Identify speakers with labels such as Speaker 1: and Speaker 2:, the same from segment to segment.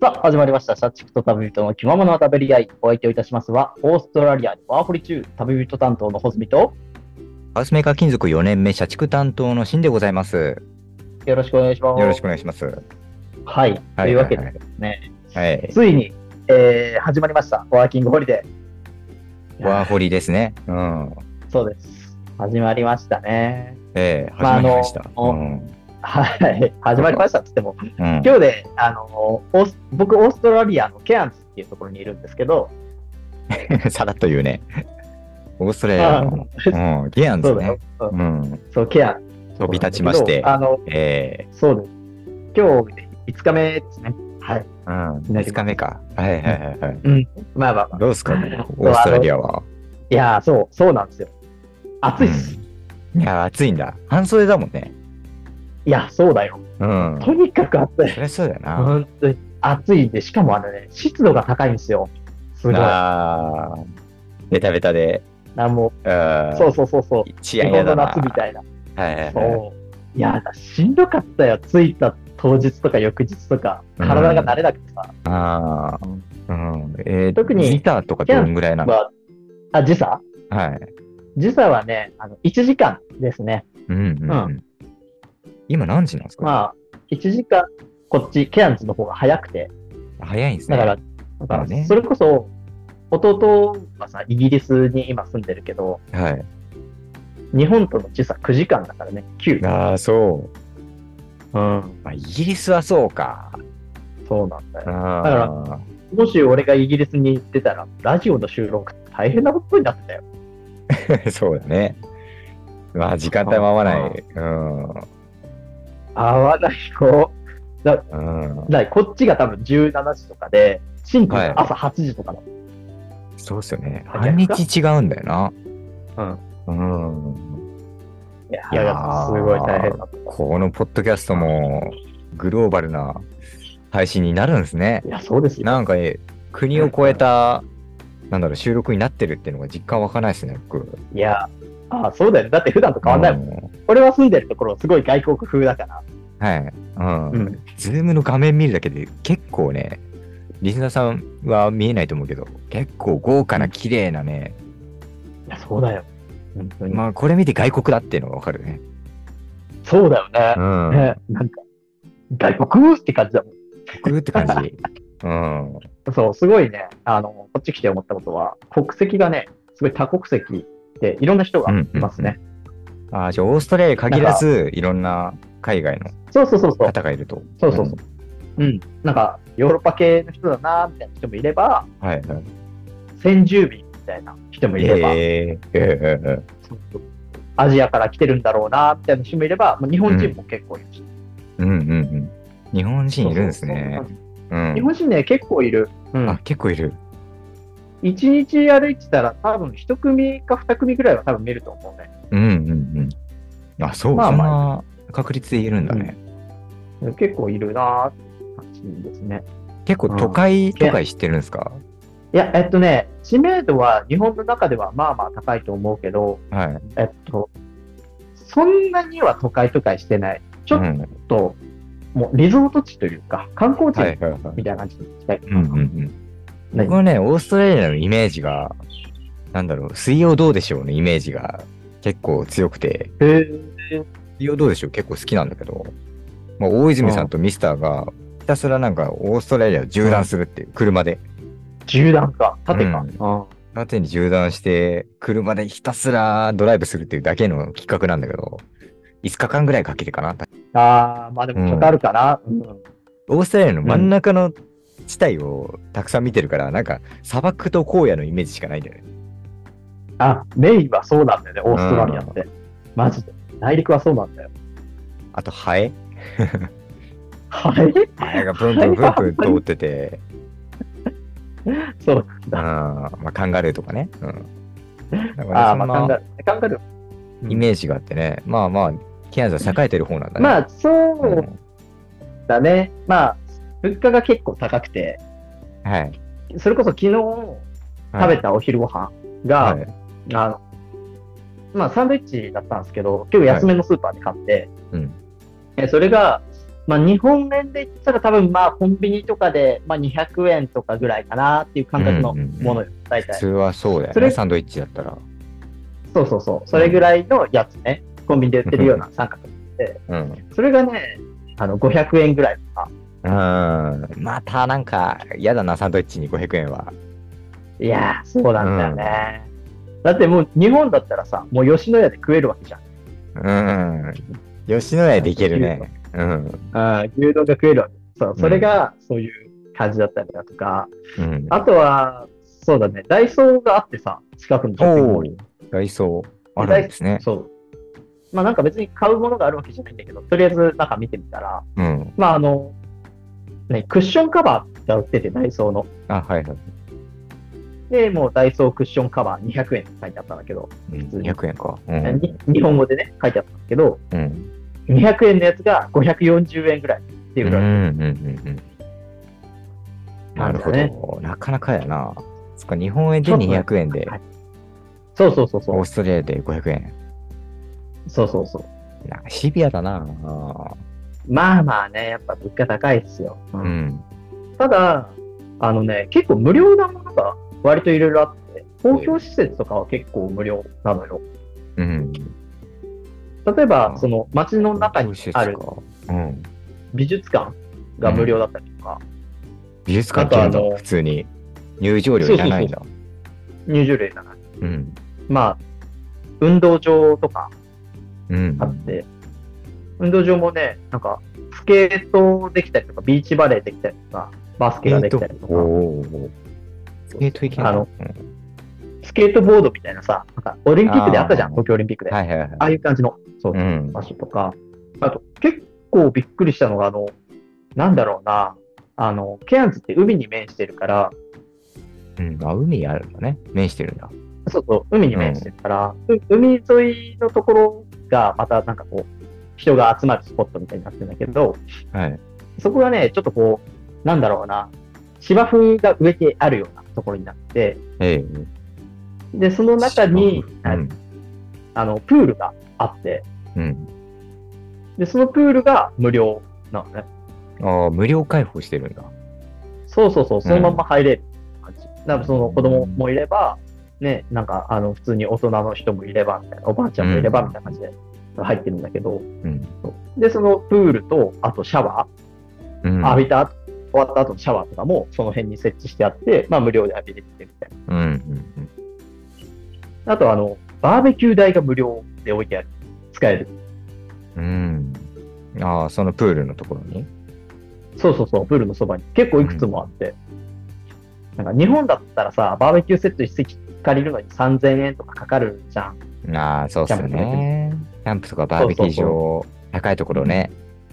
Speaker 1: さあ、始まりました。社畜と旅人の気ままな食べり合い。お相手をいたしますは、オーストラリアにワーホリ中、旅人担当のホズミと、
Speaker 2: ハウスメーカー金属4年目社畜担当のシンでございます。
Speaker 1: よろしくお願いします。
Speaker 2: よろしくお願いします。は
Speaker 1: はい。と
Speaker 2: い
Speaker 1: いうわけ
Speaker 2: は
Speaker 1: で
Speaker 2: い
Speaker 1: ですね、
Speaker 2: はい。
Speaker 1: ついに、えー始まりました。ワーキングホリデー。
Speaker 2: ワーホリですね。うん。
Speaker 1: そうです。始まりましたね。
Speaker 2: ええ
Speaker 1: まあ
Speaker 2: 始まりました。
Speaker 1: あの
Speaker 2: うん。
Speaker 1: はい。始まりましたって言っても、
Speaker 2: うん。
Speaker 1: 今日で、あの、オース僕、オーストラリアのケアンズっていうところにいるんですけど、
Speaker 2: さらっと言うね。オーストラリアの、うん、ゲアンです
Speaker 1: そうだよ
Speaker 2: ね。。
Speaker 1: うん
Speaker 2: うん。
Speaker 1: そう、ケアンズ。
Speaker 2: 飛び立ちまして。
Speaker 1: あの、
Speaker 2: え
Speaker 1: そうです。今日で5日目ですね。はい。
Speaker 2: えうん。2日目か。はいはいはいはい。
Speaker 1: まあまあまあ。
Speaker 2: どうですかね、オーストラリアは。
Speaker 1: いやー、そう、そうなんですよ。暑いっす。
Speaker 2: うんいや、暑いんだ。半袖だもんね。
Speaker 1: いや、そうだよ。
Speaker 2: うん。
Speaker 1: とにかく暑い。
Speaker 2: そりゃそうだよな。
Speaker 1: 本当に暑いんで、しかもあのね、湿度が高いんですよ。すごい。な
Speaker 2: ああ。ベタベタで。
Speaker 1: も
Speaker 2: うん
Speaker 1: う、そうそうそうそう。日
Speaker 2: 一夜
Speaker 1: 本
Speaker 2: 嫌
Speaker 1: の
Speaker 2: だな。
Speaker 1: 夏みたいな。
Speaker 2: はいはいはい。
Speaker 1: そう。いやー、しんどかったよ。着いた当日とか翌日とか、
Speaker 2: うん
Speaker 1: 体が慣れなくてさ。
Speaker 2: ああ、うん。えー、
Speaker 1: 特に
Speaker 2: ギターとかどんぐらいなの
Speaker 1: まあ、あ、時差
Speaker 2: はい。
Speaker 1: 時差はね、あの1時間ですね。
Speaker 2: うんうん、
Speaker 1: う
Speaker 2: う。
Speaker 1: ん
Speaker 2: 今何時なんですか、
Speaker 1: まあ、1時間、こっち、ケアンズの方が早くて、
Speaker 2: 早いんですね。
Speaker 1: だから、だか
Speaker 2: まあね
Speaker 1: らそれこそ、弟はさ、イギリスに今住んでるけど、
Speaker 2: はい。
Speaker 1: 日本との時差9時間だからね、9。
Speaker 2: ああ、そう。
Speaker 1: うん、
Speaker 2: まあ、イギリスはそうか。
Speaker 1: そうなんだ
Speaker 2: あ
Speaker 1: よ。
Speaker 2: あ。
Speaker 1: だからもし俺がイギリスに行ってたら、ラジオの収録大変なことになってたよ。
Speaker 2: ら、 そうだね。まあ、時間帯も合わない。うん。
Speaker 1: 合わない子。
Speaker 2: うん。
Speaker 1: だこっちが多分17時とかで、シンク
Speaker 2: はい
Speaker 1: が朝8時とかだ、
Speaker 2: そうっすよね。
Speaker 1: あ
Speaker 2: 半日違うんだよな。うん。
Speaker 1: いや
Speaker 2: いやー
Speaker 1: だからすごい大変だった。
Speaker 2: このポッドキャストも、グローバルな配信になるんですね。
Speaker 1: いや、そうですよ。
Speaker 2: なんかね、国を超えた、なんだろう、収録になってるっていうのが実感湧かないですね、僕。
Speaker 1: いや、あそうだよね。だって普段と変わんないもん。
Speaker 2: もん。
Speaker 1: 俺は住んでるところ、すごい外国風だから。
Speaker 2: はい。うん。
Speaker 1: うん
Speaker 2: ズームの画面見るだけで結構ね、リスナーさんは見えないと思うけど、結構豪華な綺麗なね、
Speaker 1: いや、そうだよ。本当に。
Speaker 2: まあこれ見て外国だっていうのがわかるね。
Speaker 1: そうだよね。
Speaker 2: うん。
Speaker 1: ね、なんか、外国って感じだも
Speaker 2: 国って 感じ。うん。
Speaker 1: ん。そう、すごいね、あの、こっち来て思ったことは、国籍がね、すごい多国籍で、いろんな人がいますね。
Speaker 2: ああ、じゃあオーストラリアに限らず、いろんな海外の
Speaker 1: そうそうそうそう。
Speaker 2: 方がいると。
Speaker 1: そうそうそう。うん。なんか、ヨーロッパ系の人だな、みたいな人もいれば、
Speaker 2: うん。はいはい。
Speaker 1: 先住民みたいな人もいれば、
Speaker 2: ええええ
Speaker 1: そうそうアジアから来てるんだろうな、みたいな人もいれば、もう日本人も結構いるし。
Speaker 2: うんうんうん。日本人いるんですね
Speaker 1: そう。そうそう
Speaker 2: うん
Speaker 1: 日本人ね、結構いる。うん
Speaker 2: あ、結構いる。
Speaker 1: 一日歩いてたら、多分一組か二組ぐらいは多分見ると思うね。
Speaker 2: うんうんうん。あ、そう、
Speaker 1: まあまあ
Speaker 2: そんな確率で言えるんだね。
Speaker 1: 結構いるなーって感じですね。
Speaker 2: 結構都会とか知ってるんですか
Speaker 1: いや、えっとね、知名度は日本の中ではまあまあ高いと思うけど、
Speaker 2: はい。
Speaker 1: えっと、そんなには都会都会してない。ちょ
Speaker 2: う
Speaker 1: っ
Speaker 2: んはい
Speaker 1: と、もうリゾート地というか、観光
Speaker 2: はい
Speaker 1: 地
Speaker 2: はい。
Speaker 1: みたいな感じにしたい。
Speaker 2: うんうんうん。
Speaker 1: 何
Speaker 2: 僕はね、オーストラリアのイメージが、なんだろう、水曜どうでしょうのイメージが結構強くて、
Speaker 1: へー
Speaker 2: 水曜どうでしょう結構好きなんだけど、まあ、大泉さんとミスターが、ひたすらなんかオーストラリアを縦断するっていう、車で。
Speaker 1: 縦断か、縦か。あ
Speaker 2: 縦に縦断して、車でひたすらドライブするっていうだけの企画なんだけど、5日間ぐらいかけてかな。
Speaker 1: あー、まあでもかかるかな。うん
Speaker 2: オーストラリアの真ん中の地帯をたくさん見てるから、なんか砂漠と荒野のイメージしかないんだよね。
Speaker 1: あ、メインはそうなんだよね、オーストラリアって。マジで。内陸はそうなんだよ。
Speaker 2: あとハエ
Speaker 1: はい。
Speaker 2: ハエがブンブンブンブン通ってて、
Speaker 1: そう。
Speaker 2: うん、まあカンガルーとかね。うん。だから
Speaker 1: あ
Speaker 2: そ
Speaker 1: ー、
Speaker 2: ん
Speaker 1: まあ考
Speaker 2: な
Speaker 1: える。考える。
Speaker 2: イメージがあってね、まあまあ、ケアンズは栄えてる方なんだね。
Speaker 1: まあ、そううんだね。まあ、物価が結構高くて、
Speaker 2: はい。
Speaker 1: それこそ昨日食べたお昼ご飯が、
Speaker 2: はい
Speaker 1: あの、まあ、サンドイッチだったんですけど、結構安めのスーパーで買って、
Speaker 2: うん
Speaker 1: えそれが、まあ、日本円で言ったら多分まあコンビニとかでまあ200円とかぐらいかなっていう感覚の
Speaker 2: うんうんうん
Speaker 1: ものよ、大
Speaker 2: 普
Speaker 1: 体
Speaker 2: 通。はそうだよ
Speaker 1: そ
Speaker 2: ね、
Speaker 1: れ
Speaker 2: サンドイッチだったら。
Speaker 1: そうそうそう。それぐらいのやつね。コンビニで売ってるような三角。
Speaker 2: うん。
Speaker 1: それがね、あの500円ぐらいとか。
Speaker 2: うん。またなんか、嫌だな、サンドイッチに500円は。
Speaker 1: いやー、そうなんだよね。だってもう日本だったらさ、もう吉野家で食えるわけじゃん。
Speaker 2: うん。吉野家できるね。うん。
Speaker 1: あー牛丼が食えるわけ。そう、それがそういう感じだったりだとか。
Speaker 2: うん。
Speaker 1: あとは、そうだね、ダイソーがあってさ、近くのショッピングモールに
Speaker 2: ダイソーあるんですね。
Speaker 1: そう。まあなんか別に買うものがあるわけじゃないんだけど、とりあえずなんか見てみたら、
Speaker 2: うん。
Speaker 1: まああの、ね、クッションカバーが売ってて、ダイソーの。
Speaker 2: あ、はいはい。
Speaker 1: で、もうダイソークッションカバー200円って書いてあったんだけど、
Speaker 2: うん
Speaker 1: 普通に
Speaker 2: 200円か。う
Speaker 1: に
Speaker 2: ん。
Speaker 1: 日本語でね、書いてあったんだけど、
Speaker 2: うん。
Speaker 1: 200円のやつが540円ぐらいって
Speaker 2: う
Speaker 1: い
Speaker 2: ん。う。
Speaker 1: うん
Speaker 2: う
Speaker 1: ぐらい。
Speaker 2: ん。なるほど。なかなかやな。そっか、日本円で200円で
Speaker 1: は、いそうそうそうそ
Speaker 2: オ
Speaker 1: う
Speaker 2: ー。ストラリアで500円。
Speaker 1: そうそうそう。
Speaker 2: なんかシビアだな。
Speaker 1: まあまあね、やっぱ物価高いっすよ。
Speaker 2: う
Speaker 1: うん
Speaker 2: ん。
Speaker 1: ただ、あのね、結構無料なものが割といろいろあって、公共施設とかは結構無料なのよ。
Speaker 2: うん。
Speaker 1: 例えば
Speaker 2: う、ん
Speaker 1: その街の中にある
Speaker 2: うん。
Speaker 1: 美術館が無料だったりとか、
Speaker 2: 美術館行け
Speaker 1: あ
Speaker 2: る
Speaker 1: とあ
Speaker 2: の
Speaker 1: の
Speaker 2: 普通に。入場料いらないんだ。
Speaker 1: 入場料じゃない。
Speaker 2: うん。
Speaker 1: まあ、運動場とか
Speaker 2: うん
Speaker 1: あ。って、運動場もね、なんか、スケートできたりとか、ビーチバレーできたりとか、バスケができたりとか、
Speaker 2: おースケート行けるの
Speaker 1: あの
Speaker 2: うん
Speaker 1: スケートボードみたいなさ、なんか、オリンピックであったじゃん、
Speaker 2: あー
Speaker 1: 東京オリンピックで。
Speaker 2: はいはいはい。
Speaker 1: ああいう感じの、そう、
Speaker 2: うん。
Speaker 1: 場所とか、あと結構びっくりしたのが、あの、なんだろうな、あの、ケアンズって海に面してるから、
Speaker 2: うん。あ、海にあるんだね。面してるんだ。
Speaker 1: そうそう、海に面してるから、う海沿いのところがまたなんかこう、人が集まるスポットみたいになってるんだけど、
Speaker 2: はい。
Speaker 1: そこがね、ちょっとこう、なんだろうな、芝生が植えてあるようなところになって、
Speaker 2: ええ。
Speaker 1: で、その中に、
Speaker 2: うん。
Speaker 1: あの、プールがあって、
Speaker 2: うん。
Speaker 1: で、そのプールが無料なのね。
Speaker 2: ああ、無料開放してるんだ。
Speaker 1: そうそうそう、そのまんま入れる感じ。なんかその子供もいれば、ね、なんかあの普通に大人の人もいればみたいな、おばあちゃんもいればみたいな感じで入ってるんだけど、
Speaker 2: うん。
Speaker 1: で、そのプールと、あとシャワ
Speaker 2: うん
Speaker 1: ー、浴びた後、終わった後のシャワーとかもその辺に設置してあって、まあ無料で浴びれてみたい
Speaker 2: うんうん。
Speaker 1: な。あとあの、バーベキュー台が無料で置いてある。使える。
Speaker 2: うん。うん。ああ、そのプールのところに。
Speaker 1: そうそうそう、プールのそばに結構いくつもあって。なんか日本だったらさ、バーベキューセット一席借りるのに3000円とかかかるじゃん。
Speaker 2: ああ、そうっすよね。キャンプとかバーベキュー
Speaker 1: そうそう
Speaker 2: 場、高いところね。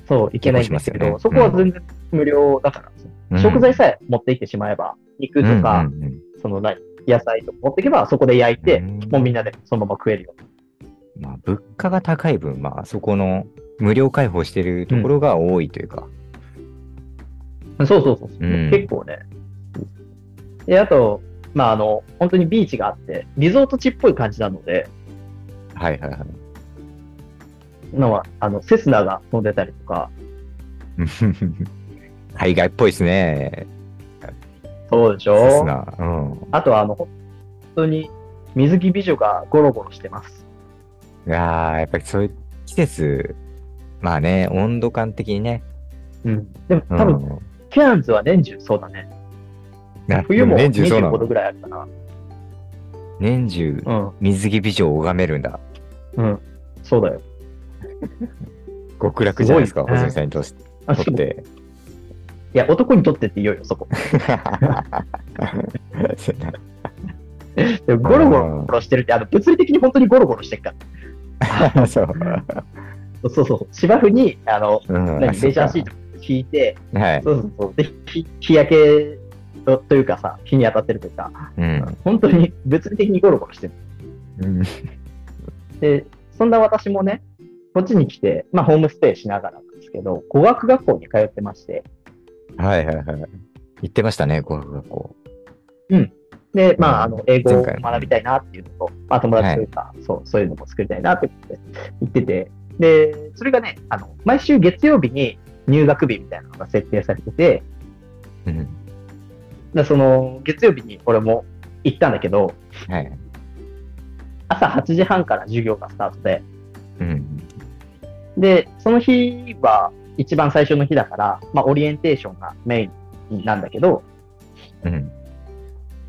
Speaker 1: そう、いけないんですけど、
Speaker 2: 結
Speaker 1: そ
Speaker 2: 構し
Speaker 1: こ
Speaker 2: ますよ
Speaker 1: は全
Speaker 2: ね
Speaker 1: 然無料だから、
Speaker 2: うん
Speaker 1: 食材さえ持ってきてしまえば、肉とか、
Speaker 2: うんうんうん
Speaker 1: その何野菜とか持っていけば、そこで焼いて、
Speaker 2: うん
Speaker 1: もうみんなでそのまま食えるよ。
Speaker 2: まあ、物価が高い分、まあ、そこの無料開放してるところが多いというか。
Speaker 1: そうそうそうそう、
Speaker 2: うん
Speaker 1: 結構ね。で、あと、まあ、あの、本当にビーチがあって、リゾート地っぽい感じなので、
Speaker 2: はいはいはい。
Speaker 1: のは、あの、セスナが飛んでたりとか、
Speaker 2: 海外っぽいですね。
Speaker 1: そうでし
Speaker 2: さす
Speaker 1: ょ
Speaker 2: が。うん。
Speaker 1: あとは、あの、本当に水着美女がゴロゴロしてます。
Speaker 2: いやーやっぱりそういう季節、まあね、温度感的にね。
Speaker 1: うん。でも、
Speaker 2: うん
Speaker 1: 多分、ケアンズは年中そうだね。
Speaker 2: な
Speaker 1: 冬も
Speaker 2: 年中そうな
Speaker 1: 25度
Speaker 2: の
Speaker 1: ぐらいあるかな。
Speaker 2: 年中、
Speaker 1: うん。
Speaker 2: 水着美女を拝めるんだ。
Speaker 1: うん。そうだよ。
Speaker 2: 極楽じゃないですか、
Speaker 1: すごいね
Speaker 2: 細見さんにとし
Speaker 1: あ
Speaker 2: と って。
Speaker 1: いや、男にとってって言うよ、そこ。 でもゴロゴロしてるって、あの、物理的に本当にゴロゴロしてるか
Speaker 2: そう。
Speaker 1: ら。そうそうそう。芝生に、あの、
Speaker 2: うん。
Speaker 1: 何、レジャーシー
Speaker 2: ト。
Speaker 1: ト敷いて、
Speaker 2: はい。
Speaker 1: そうそうそう。で、日日焼けとというかさ、日に当たってるというか、
Speaker 2: うん。
Speaker 1: 本当に物理的にゴロゴロしてる。
Speaker 2: うん
Speaker 1: で、そんな私もね、こっちに来て、まあ、ホームステイしながらなんですけど、語学学校に通ってまして、
Speaker 2: はいはいはい。言ってましたね、語学学校。
Speaker 1: で、まあ、あ
Speaker 2: うん
Speaker 1: の、英語を
Speaker 2: 前回
Speaker 1: 学びたいなっていうのと、まあ、友達というか、そう、そういうのも作りたいなって言ってて、で、それがね、あの、毎週月曜日に、入学日みたいなのが設定されてて、
Speaker 2: うん。
Speaker 1: でその月曜日に俺も行ったんだけど、
Speaker 2: はい。
Speaker 1: 朝8時半から授業がスタートで、
Speaker 2: うん。
Speaker 1: で、その日は一番最初の日だから、まあ、オリエンテーションがメインなんだけど、
Speaker 2: うん。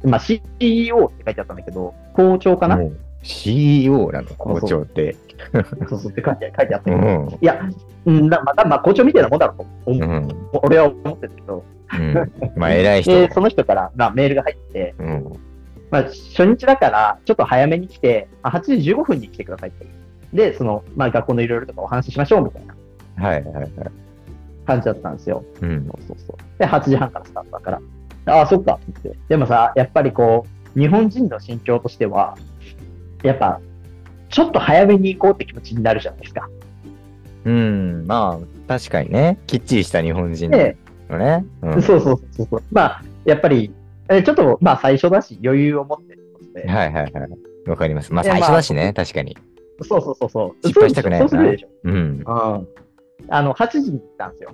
Speaker 1: まあ、CEO って書いてあったんだけど、校長かな、
Speaker 2: もう CEO なの、校長って。
Speaker 1: そうそうって書いて書いてあったけ
Speaker 2: う
Speaker 1: ど、
Speaker 2: ん。
Speaker 1: いや、うんだまた、まあ、校長みたいなもんだろうと思
Speaker 2: う
Speaker 1: う、
Speaker 2: ん。
Speaker 1: 俺は思ってたけど、
Speaker 2: うん。まあ、偉い人。
Speaker 1: でその人から、まあ、メールが入って、
Speaker 2: うん。
Speaker 1: まあ、初日だから、ちょっと早めに来て、まあ8時15分に来てくださいって。で、その、まあ、学校のいろいろとかお話ししましょうみたいな
Speaker 2: はいはいはい。
Speaker 1: 感じだったんですよ。
Speaker 2: うん。
Speaker 1: そうそうそう。で、8時半からスタートだから。ああ、そっか、って。でもさ、やっぱりこう、日本人の心境としては、やっぱ、ちょっと早めに行こうって気持ちになるじゃないですか。
Speaker 2: うん。まあ、確かにね。きっちりした日本人
Speaker 1: で、
Speaker 2: のね。うん。
Speaker 1: そうそうそうそう。まあ、やっぱり、えちょっと、まあ、最初だし、余裕を持ってってことで。
Speaker 2: はいはいはい。わかります。まあ
Speaker 1: でまあ
Speaker 2: 最初だしね、確かに。
Speaker 1: そうそうそうそう。
Speaker 2: 失敗したくない
Speaker 1: そ
Speaker 2: よ
Speaker 1: う
Speaker 2: な
Speaker 1: するでしょ。
Speaker 2: うん。
Speaker 1: うん。あの、8時に行ったんですよ。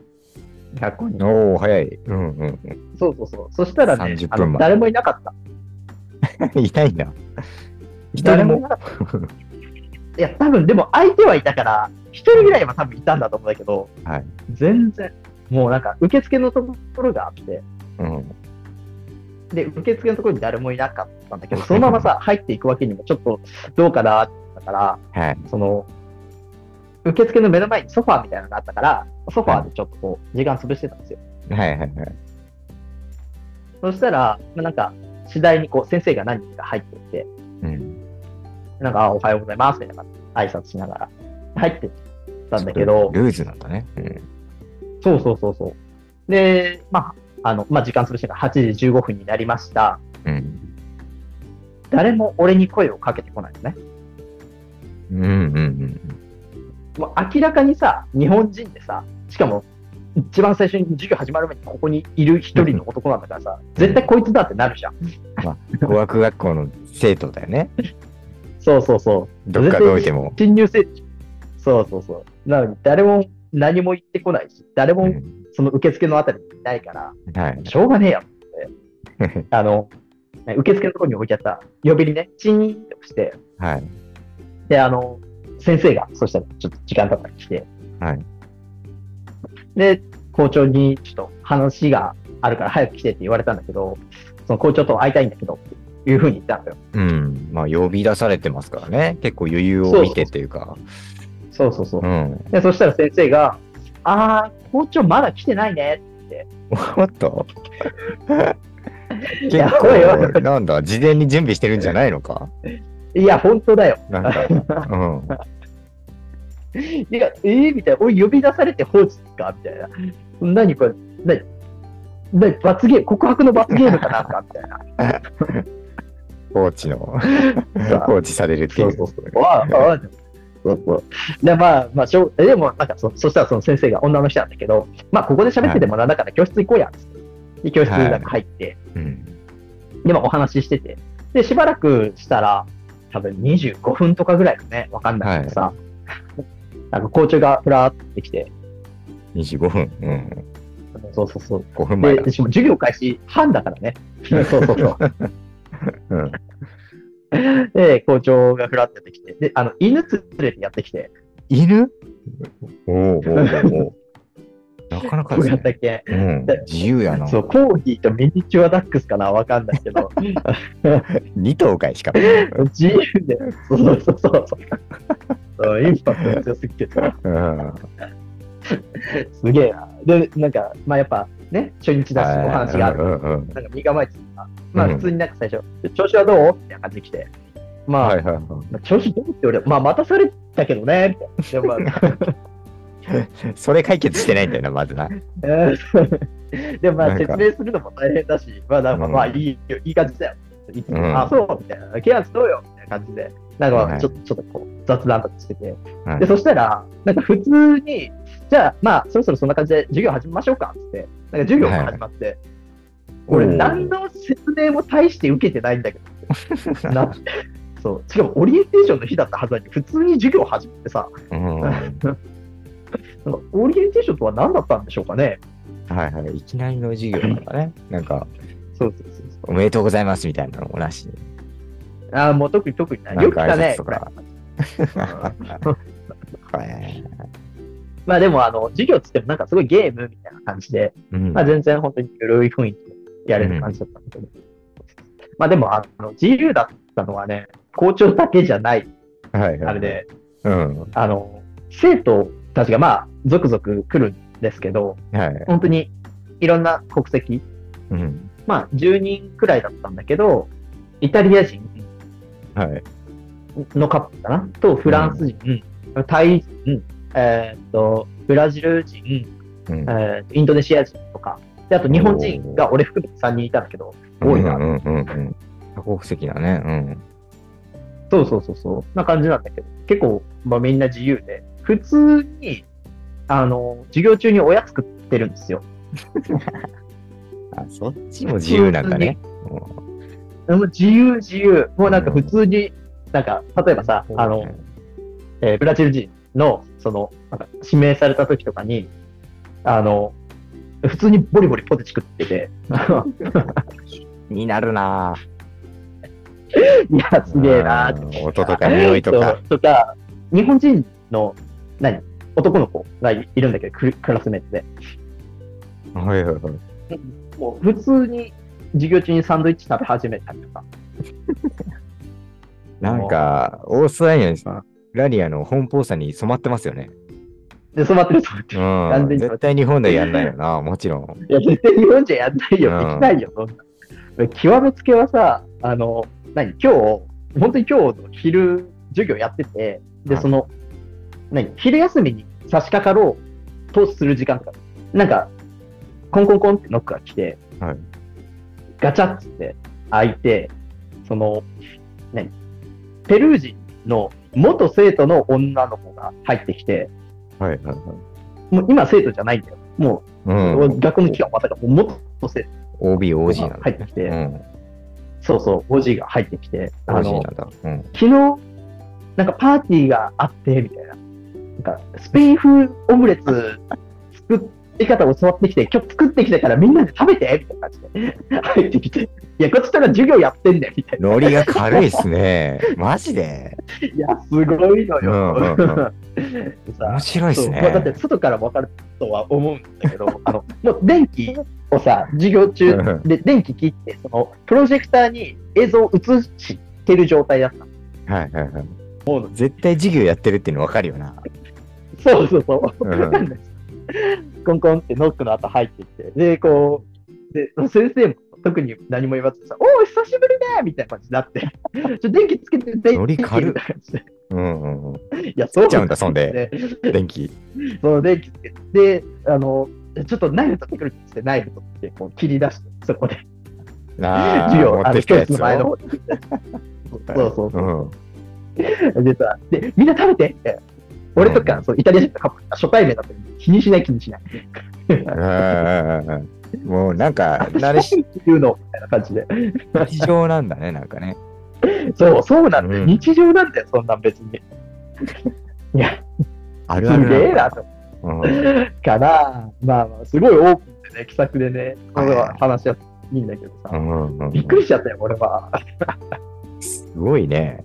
Speaker 1: 学校に。
Speaker 2: おお早い。うんうん
Speaker 1: そうそうそう。そしたらね
Speaker 2: 30、
Speaker 1: あ
Speaker 2: 分
Speaker 1: の
Speaker 2: 前
Speaker 1: 誰もいなかった。
Speaker 2: うん。いないんだ。一
Speaker 1: 誰
Speaker 2: 人
Speaker 1: もい
Speaker 2: も
Speaker 1: なかった。いや、多分、でも相手はいたから、一人ぐらいは多分いたんだと思うんだけど、
Speaker 2: はい
Speaker 1: 全然、もうなんか、受付のところがあって、
Speaker 2: うん。
Speaker 1: で、受付のところに誰もいなかったんだけど、そのままさ、入っていくわけにもちょっとどうかなってだから、
Speaker 2: はい。
Speaker 1: その、受付の目の前にソファーみたいなのがあったから、ソファーでちょっとこう、時間潰してたんですよ。
Speaker 2: はいはいはい。
Speaker 1: そしたら、まあなんか、次第にこう、先生が何人か入ってきて、
Speaker 2: うん。
Speaker 1: なんか、あおはようございますみたいな挨拶しながら入ってったんだけど、
Speaker 2: ルーズなんだね。うん。
Speaker 1: そうそうそうそう。で、まあ、あの、まあ、時間潰してから8時15分になりました。
Speaker 2: うん。
Speaker 1: 誰も俺に声をかけてこないのね。
Speaker 2: うんうんうん。
Speaker 1: もう明らかにさ、日本人でさ、しかも、一番最初に授業始まる前にここにいる一人の男なんだからさ、絶対こいつだってなるじゃん。
Speaker 2: 語学学校の生徒だよね。
Speaker 1: そうそうそう。
Speaker 2: どっかどういても。
Speaker 1: 新入生、そうそうそう。なのに、誰も何も言ってこないし、誰
Speaker 2: う
Speaker 1: も
Speaker 2: ん
Speaker 1: その受付のあたりにいないから、
Speaker 2: はい。
Speaker 1: しょうがねえよって。 あの、受付のところに置いてあった、呼びにね、チーンって押して、
Speaker 2: はい。
Speaker 1: で、あの、先生が、そしたらちょっと時間経ったら来て、
Speaker 2: はい
Speaker 1: で、校長にちょっと話があるから早く来てって言われたんだけど、その校長と会いたいんだけど、っていうふうに言ったんだよ。
Speaker 2: うん。まあ呼び出されてますからね。結構余裕を見てっていうか。
Speaker 1: そうそうそう
Speaker 2: う。ん。
Speaker 1: で、そしたら先生が、あー、校長まだ来てないね。
Speaker 2: おっと結
Speaker 1: やばいやば
Speaker 2: 構、なんだ、事前に準備してるんじゃないのか
Speaker 1: いや、本当だよ。
Speaker 2: なん か、うん。
Speaker 1: いや、えー、みたいな。俺呼び出されて放置ですかみたいな。何これ、何何罰ゲーム、告白の罰ゲームかなんかみたいな。
Speaker 2: 放 置の、
Speaker 1: さあ
Speaker 2: 放置されるっていう。
Speaker 1: そうわあ、わあ、そうそう。で、まあ、まあ、しょうでも、なんかそ、そしたらその先生が女の人なんだけど、まあ、ここで喋っててもなんだから教室行こうやっつって。で、教室なんか入って、
Speaker 2: うん。
Speaker 1: で、まあ、お話ししてて。で、しばらくしたら、多分25分とかぐらいのね、わかんないけどさ、なんか校長がふらーってきて、
Speaker 2: 25分。うん。
Speaker 1: そうそうそう。
Speaker 2: 5分前
Speaker 1: で、
Speaker 2: だ。
Speaker 1: しかも授業開始半だからね。そうそう そう。
Speaker 2: うん。
Speaker 1: で、校長がふらってやってきて、で、あの、犬連れてやってきて、
Speaker 2: 犬おおうおう おうおうなかなか
Speaker 1: 僕
Speaker 2: です
Speaker 1: やった
Speaker 2: ね。
Speaker 1: っけ
Speaker 2: うん。自由やな。
Speaker 1: そう、コーギーとミニチュアダックスかなわかんないけ ど、
Speaker 2: 2頭かい しか。
Speaker 1: 自由で、そうそうそうそう。インパクトが強すぎてさ、
Speaker 2: うん。
Speaker 1: すげえな。で、なんか、まあやっぱね、初日だし、お話がある。
Speaker 2: うんうん
Speaker 1: なんか身構えてたからまあ
Speaker 2: うん
Speaker 1: 普通になんか最初、調子はどうみたいな感じで来て、まあ、
Speaker 2: はいはいは
Speaker 1: まあ調子どうって俺は、まあ待たされたけどね、みたいな。で もまあ
Speaker 2: い。それ解決してないんだよな、まずな。
Speaker 1: うんでもまあ
Speaker 2: なん
Speaker 1: 説
Speaker 2: か
Speaker 1: 明するのも大変だし、まあなんか
Speaker 2: うん
Speaker 1: まあいいよ、いい感じだよ。いつも
Speaker 2: うん
Speaker 1: あ、そうみたいな。ケアしどうよみたいな感じで、なん
Speaker 2: は
Speaker 1: か
Speaker 2: い
Speaker 1: ちょっとちょっとこう雑談とかしてて。
Speaker 2: はい
Speaker 1: で、そしたら、なんか普通に、じゃあまあそろそろそんな感じで授業始めましょうかっつって、なんか授業が始まって、俺
Speaker 2: おう
Speaker 1: 何の説明も大して受けてないんだけ ど、なそう、しかもオリエンテーションの日だったはずなのに、普通に授業始めてさ、
Speaker 2: うん。
Speaker 1: なんかオリエンテーションとは何だったんでしょうかね。
Speaker 2: はいはい。いきなりの授業だからね。なんか、
Speaker 1: そうそうそうそ
Speaker 2: おめでとうございますみたいなのもなしに。
Speaker 1: う。ああ、もう特に特にない。
Speaker 2: な
Speaker 1: よ
Speaker 2: ん
Speaker 1: く来
Speaker 2: か
Speaker 1: た
Speaker 2: 挨拶
Speaker 1: ね。
Speaker 2: とか。 はい。
Speaker 1: まあでも、あの、授業っつってもなんかすごいゲームみたいな感じで、
Speaker 2: うん
Speaker 1: まあ全然本当にゆるい雰囲気でやれる感じだったんだけど。まあでも、あの、自由だったのはね、校長だけじゃない、
Speaker 2: はいはい。
Speaker 1: あれ。で、
Speaker 2: うん。は
Speaker 1: あの、生徒たちがまあ、続々来るんですけど、
Speaker 2: い。
Speaker 1: 本当にいろんな国籍、
Speaker 2: うん。
Speaker 1: まあ10人くらいだったんだけど、イタリア人
Speaker 2: はい。
Speaker 1: のカップルかなとフランス人、タイ人、えーっと、ブラジル人、
Speaker 2: うん
Speaker 1: えーっとインドネシア人とか、であと日本人が俺含めて3人いたんだけど、多いな
Speaker 2: うんうんうんうん。多国籍だね。うん。
Speaker 1: そうそうそうそう、な感じなんだけど、結構、まあ、みんな自由で、普通に、あの、授業中に親作ってるんですよ。
Speaker 2: あ、そっちも自由なんだね。
Speaker 1: もう自由自由。もうなんか普通に、なんか、例えばさ、あの、えーブラジル人の、その、なんか指名された時とかに、あの、普通にボリボリポテチ食ってて、
Speaker 2: になるない
Speaker 1: や、すげえなーって
Speaker 2: ぁ。音とか匂いとか。。
Speaker 1: そうとか、日本人の、何男の子がいるんだけど、ククラスメートで。
Speaker 2: はいはいはい。
Speaker 1: もう普通に授業中にサンドイッチ食べ始めたりとか。
Speaker 2: なんか、オーストラリアに
Speaker 1: うん、
Speaker 2: ラリアの奔放さに染まってますよね。
Speaker 1: で、染まってる染まってる。
Speaker 2: う
Speaker 1: 完
Speaker 2: ん。
Speaker 1: 全に
Speaker 2: 絶対日本でやんないよ な、もちろん。
Speaker 1: いや、絶対日本じゃやんないよ。
Speaker 2: うん
Speaker 1: できないよ、そんな。極めつけはさ、あの、何今日、本当に今日の昼、授業やってて、で、
Speaker 2: はい
Speaker 1: その、何昼休みに差し掛かろうとする時間とか、なんか、コンコンコンってノックが来て、
Speaker 2: はい
Speaker 1: ガチャッつって開いて、その、何ペルー人の元生徒の女の子が入ってきて、
Speaker 2: はいはいはい。
Speaker 1: もう今生徒じゃないんだよ。も
Speaker 2: う
Speaker 1: う、
Speaker 2: ん。
Speaker 1: 学校の期間終わったから、もう元生徒
Speaker 2: OB、OG なんだ。
Speaker 1: 入ってきて、
Speaker 2: うん。
Speaker 1: そうそう、OG が入ってきて、あ
Speaker 2: OG
Speaker 1: の
Speaker 2: なんだ。うん。
Speaker 1: 昨日、なんかパーティーがあって、みたいな。なんか、スペイン風オムレツ作り方を教わってきて、今日作ってきたからみんなで食べてみたいな感じで入ってきて、いや、こっちから授業やってんだよ、みたいな。
Speaker 2: ノリが軽いっす ね。マジで。
Speaker 1: いや、すごいのよ。
Speaker 2: うんうん
Speaker 1: さ
Speaker 2: 面白いっす
Speaker 1: そうまあだっ
Speaker 2: ね。
Speaker 1: て外から分かるとは思うんだけ ど、あのもう電気をさ、授業中
Speaker 2: うん
Speaker 1: で電気切って、そのプロジェクターに映像を映してる状態だったの。
Speaker 2: はいはいはい。絶対授業やってるっていうの分かるよな。
Speaker 1: そうそうそう。
Speaker 2: うん
Speaker 1: なんですコンコンってノックの後入ってきて、で、こう、で先生も特に何も言わずさ、おお、久しぶりだみたいな感じになって、ちょ電気つけて、電気
Speaker 2: ノリ
Speaker 1: みた
Speaker 2: 軽
Speaker 1: い
Speaker 2: っ
Speaker 1: な感じで。
Speaker 2: うんうんうん。
Speaker 1: いや、そう
Speaker 2: ちゃうんだそんで
Speaker 1: ね
Speaker 2: 電気。
Speaker 1: その電気つけて、あの、ちょっとナイフ取ってくるって言って、ナイフ取ってこう切り出して、そこで
Speaker 2: なあ、
Speaker 1: 授業、
Speaker 2: 持
Speaker 1: あ
Speaker 2: っ
Speaker 1: の、
Speaker 2: てきた
Speaker 1: 教
Speaker 2: や
Speaker 1: 室
Speaker 2: つ
Speaker 1: の前の
Speaker 2: を。
Speaker 1: 方に。そうそうそう。
Speaker 2: うん。
Speaker 1: でさ、で、みんな食べてって俺と
Speaker 2: う
Speaker 1: か、
Speaker 2: ん
Speaker 1: そうイタリア人とカップル初対面だったのに気にしない気にしない。
Speaker 2: うんうんうんうんもうなんか、慣れし
Speaker 1: っていうのみたいな感じで。
Speaker 2: 日常なんだね、なんかね。
Speaker 1: そう、そうなんだよ。
Speaker 2: うん
Speaker 1: 日常なんだよ、そんなん別に。いや、
Speaker 2: あ
Speaker 1: す
Speaker 2: るある
Speaker 1: げえ
Speaker 2: んだ
Speaker 1: なと思
Speaker 2: うん
Speaker 1: うから、まあまあ、すごいオープンでね、気さくでね、そ
Speaker 2: はい
Speaker 1: の
Speaker 2: はい
Speaker 1: 話はいいんだけど
Speaker 2: う
Speaker 1: さ、
Speaker 2: んうんうん
Speaker 1: びっくりしちゃったよ、俺は。
Speaker 2: すごいね。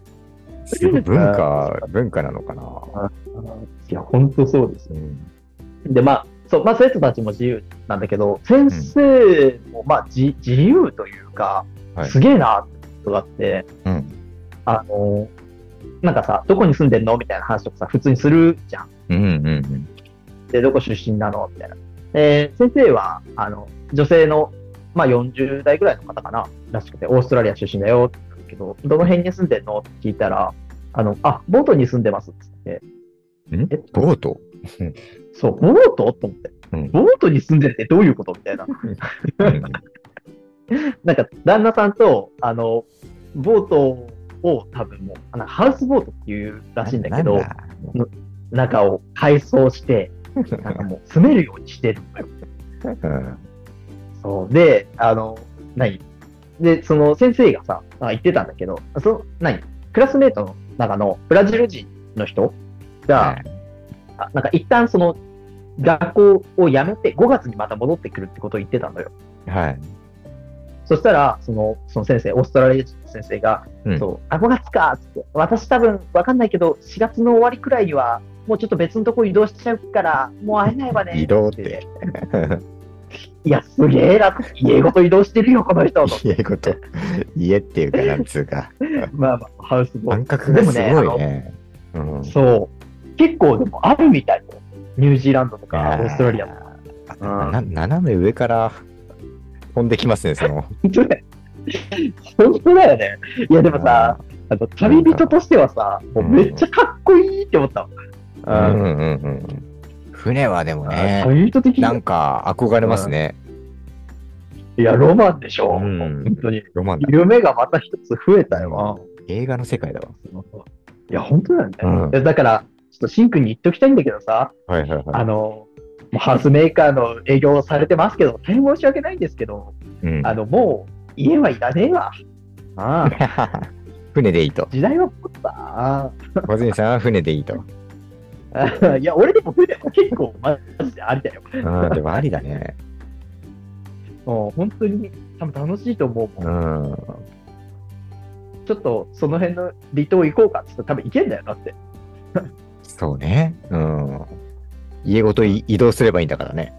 Speaker 2: すごい文化、 文化なのかな。
Speaker 1: いや、本当そうです
Speaker 2: う
Speaker 1: ね。
Speaker 2: ん
Speaker 1: で、まあ、そう、まあ、生徒たちも自由なんだけど、先生も、まあ、じ自由というか、
Speaker 2: はい
Speaker 1: すげえなってことがあって、
Speaker 2: うん
Speaker 1: あの、なんかさ、どこに住んでんのみたいな話とかさ、普通にするじゃん。
Speaker 2: うんうん
Speaker 1: で、どこ出身なのみたいな。で、先生は、あの、女性の、まあ、40代ぐらいの方かな、らしくて、オーストラリア出身だよって言うんだけど、どの辺に住んでんのって聞いたら、あの、あ、ボートに住んでますって
Speaker 2: うん。
Speaker 1: 言
Speaker 2: ん
Speaker 1: って、え、
Speaker 2: ボート
Speaker 1: そう、ボートと思って、
Speaker 2: うん
Speaker 1: ボートに住んでるってどういうことみたいな。
Speaker 2: うん
Speaker 1: なんか、旦那さんと、あの、ボートを多分もう、あのハウスボートっていうらしいんだけど、
Speaker 2: なんだ
Speaker 1: 中を改装して、 なんかもう住めるようにしてるのよ。
Speaker 2: うん
Speaker 1: そう。で、あの、何で、その先生がさ、あ言ってたんだけど、その、何クラスメートの中のブラジル人の人が、
Speaker 2: はい
Speaker 1: あなんか一旦その学校を辞めて5月にまた戻ってくるってことを言ってたのよ。
Speaker 2: はい。
Speaker 1: そしたら、その、その先生、オーストラリア人の先生が、
Speaker 2: うん
Speaker 1: そう、あ、5月かっつって、私多分わかんないけど、4月の終わりくらいには、もうちょっと別のとこ移動しちゃうから、もう会えないわね。
Speaker 2: 移動って。
Speaker 1: いや、すげえ楽。家ごと移動してるよ、この人と。
Speaker 2: 家ごと、家っていうか、なんつ うか、
Speaker 1: まあまあ、ハウスボー
Speaker 2: 感
Speaker 1: イ。
Speaker 2: 覚がすごい
Speaker 1: でも
Speaker 2: ね。うん
Speaker 1: そう。結構でもあるみたいよニュージーランドとか、
Speaker 2: あー
Speaker 1: オーストラリアも。うん
Speaker 2: な斜め上から飛んできますね、その。
Speaker 1: 本当だよ。本当だよね。いや、でもさ、あの旅人としてはさ、もうめっちゃかっこいいって思った
Speaker 2: う
Speaker 1: もん。
Speaker 2: んうんうん船はでも
Speaker 1: あ
Speaker 2: ね、
Speaker 1: 旅人的に
Speaker 2: なんか憧れますね。
Speaker 1: いや、ロマンでしょ。
Speaker 2: うん
Speaker 1: 本当に。
Speaker 2: ロマンだ。
Speaker 1: 夢がまた一つ増えたよ。
Speaker 2: 映画の世界だわ。
Speaker 1: いや、本当だよね。
Speaker 2: う
Speaker 1: い
Speaker 2: ん
Speaker 1: やだから、ちょっとシンくんに言っときたいんだけどさ、
Speaker 2: はいはい
Speaker 1: あ
Speaker 2: は
Speaker 1: の、もうハウスメーカーの営業をされてますけど、大変申し訳ないんですけど、
Speaker 2: い。うん
Speaker 1: あの、もう家はいらねえわ。ああ
Speaker 2: 船でいいと。
Speaker 1: 時代はもった。ああ
Speaker 2: 小泉さんは船でい いと。
Speaker 1: あいや、俺でも船は結構マジでありだよ。
Speaker 2: うん、でもありだね。
Speaker 1: もう本当に多分楽しいと思うもん。
Speaker 2: うん。
Speaker 1: ちょっとその辺の離島行こうかって言ったら多分行けんだよ、だって。
Speaker 2: そうね。うん。家ごとい移動すればいいんだか らね。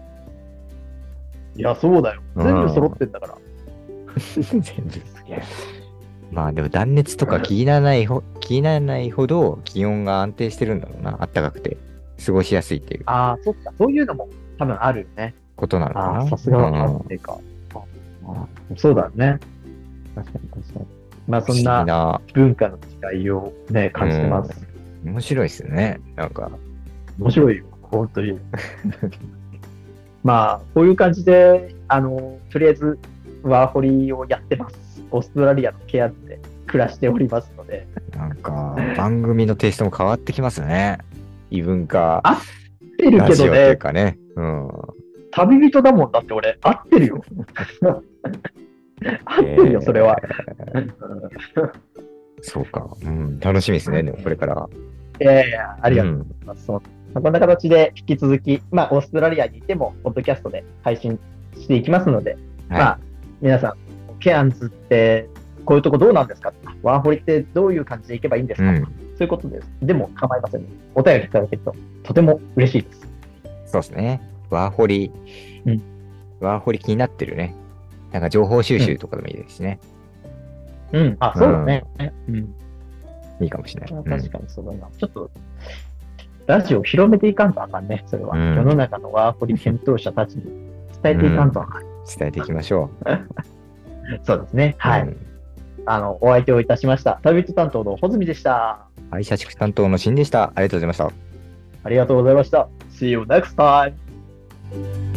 Speaker 1: いや、そうだよ。
Speaker 2: うん
Speaker 1: 全部揃ってんだから。
Speaker 2: 全部。まあでも断熱とか気にならないほ気にならないほど気温が安定してるんだろうな。あったかくて。過ごしやすいっていう
Speaker 1: ああ、そっか。そういうのも多分あるよね。
Speaker 2: ことなのか
Speaker 1: あ
Speaker 2: な。
Speaker 1: あ、さすがは
Speaker 2: うん
Speaker 1: 安定か。ああそうだね。確かに確かに。まあそん
Speaker 2: 不思議
Speaker 1: な
Speaker 2: な
Speaker 1: 文化の違いをね、感じてます。
Speaker 2: 面白いですね。なん か。
Speaker 1: 面白いよ、本当に。まあ、こういう感じで、あの、とりあえず、ワーホリをやってます。オーストラリアのケアで暮らしておりますので。
Speaker 2: なんか、番組のテイストも変わってきますね。異文化。
Speaker 1: 合ってる
Speaker 2: ラ
Speaker 1: け
Speaker 2: ジオ
Speaker 1: ど
Speaker 2: という
Speaker 1: ね、
Speaker 2: かね。うん。
Speaker 1: 旅人だもんだって俺、合ってる よ。合ってるよ、それは。
Speaker 2: そうか。うん。楽しみですね。でもこれから。
Speaker 1: いやいや、ありがとう
Speaker 2: うご
Speaker 1: ございます。そうまあこんな形で引き続き、まあ、オーストラリアにいても、ポッドキャストで配信していきますので、
Speaker 2: はい
Speaker 1: まあ、皆さん、ケアンズって、こういうとこどうなんですかワーホリってどういう感じで行けばいいんです
Speaker 2: う
Speaker 1: か、
Speaker 2: ん。
Speaker 1: そういうことです。でも構いません。お便りいただけると、とても嬉しいです。
Speaker 2: そうですね。ワーホリ、
Speaker 1: うん
Speaker 2: ワーホリ気になってるね。なんか情報収集とかでもいいですしね。
Speaker 1: うん。あ、そうだね。うん。
Speaker 2: いいかもしれない。
Speaker 1: 確かにそうだな。ちょっと、ラジオを広めていかんとあかんね、それは。
Speaker 2: うん
Speaker 1: 世の中のワーホリ検討者たちに伝えていかんとあかん。
Speaker 2: うん伝えていきましょう。
Speaker 1: そうですね。はい、
Speaker 2: うん
Speaker 1: あの、お相手をいたしました。旅人担当の穂積でした。
Speaker 2: はい、社畜担当のシンでした。ありがとうございました。
Speaker 1: ありがとうございました。See you next time!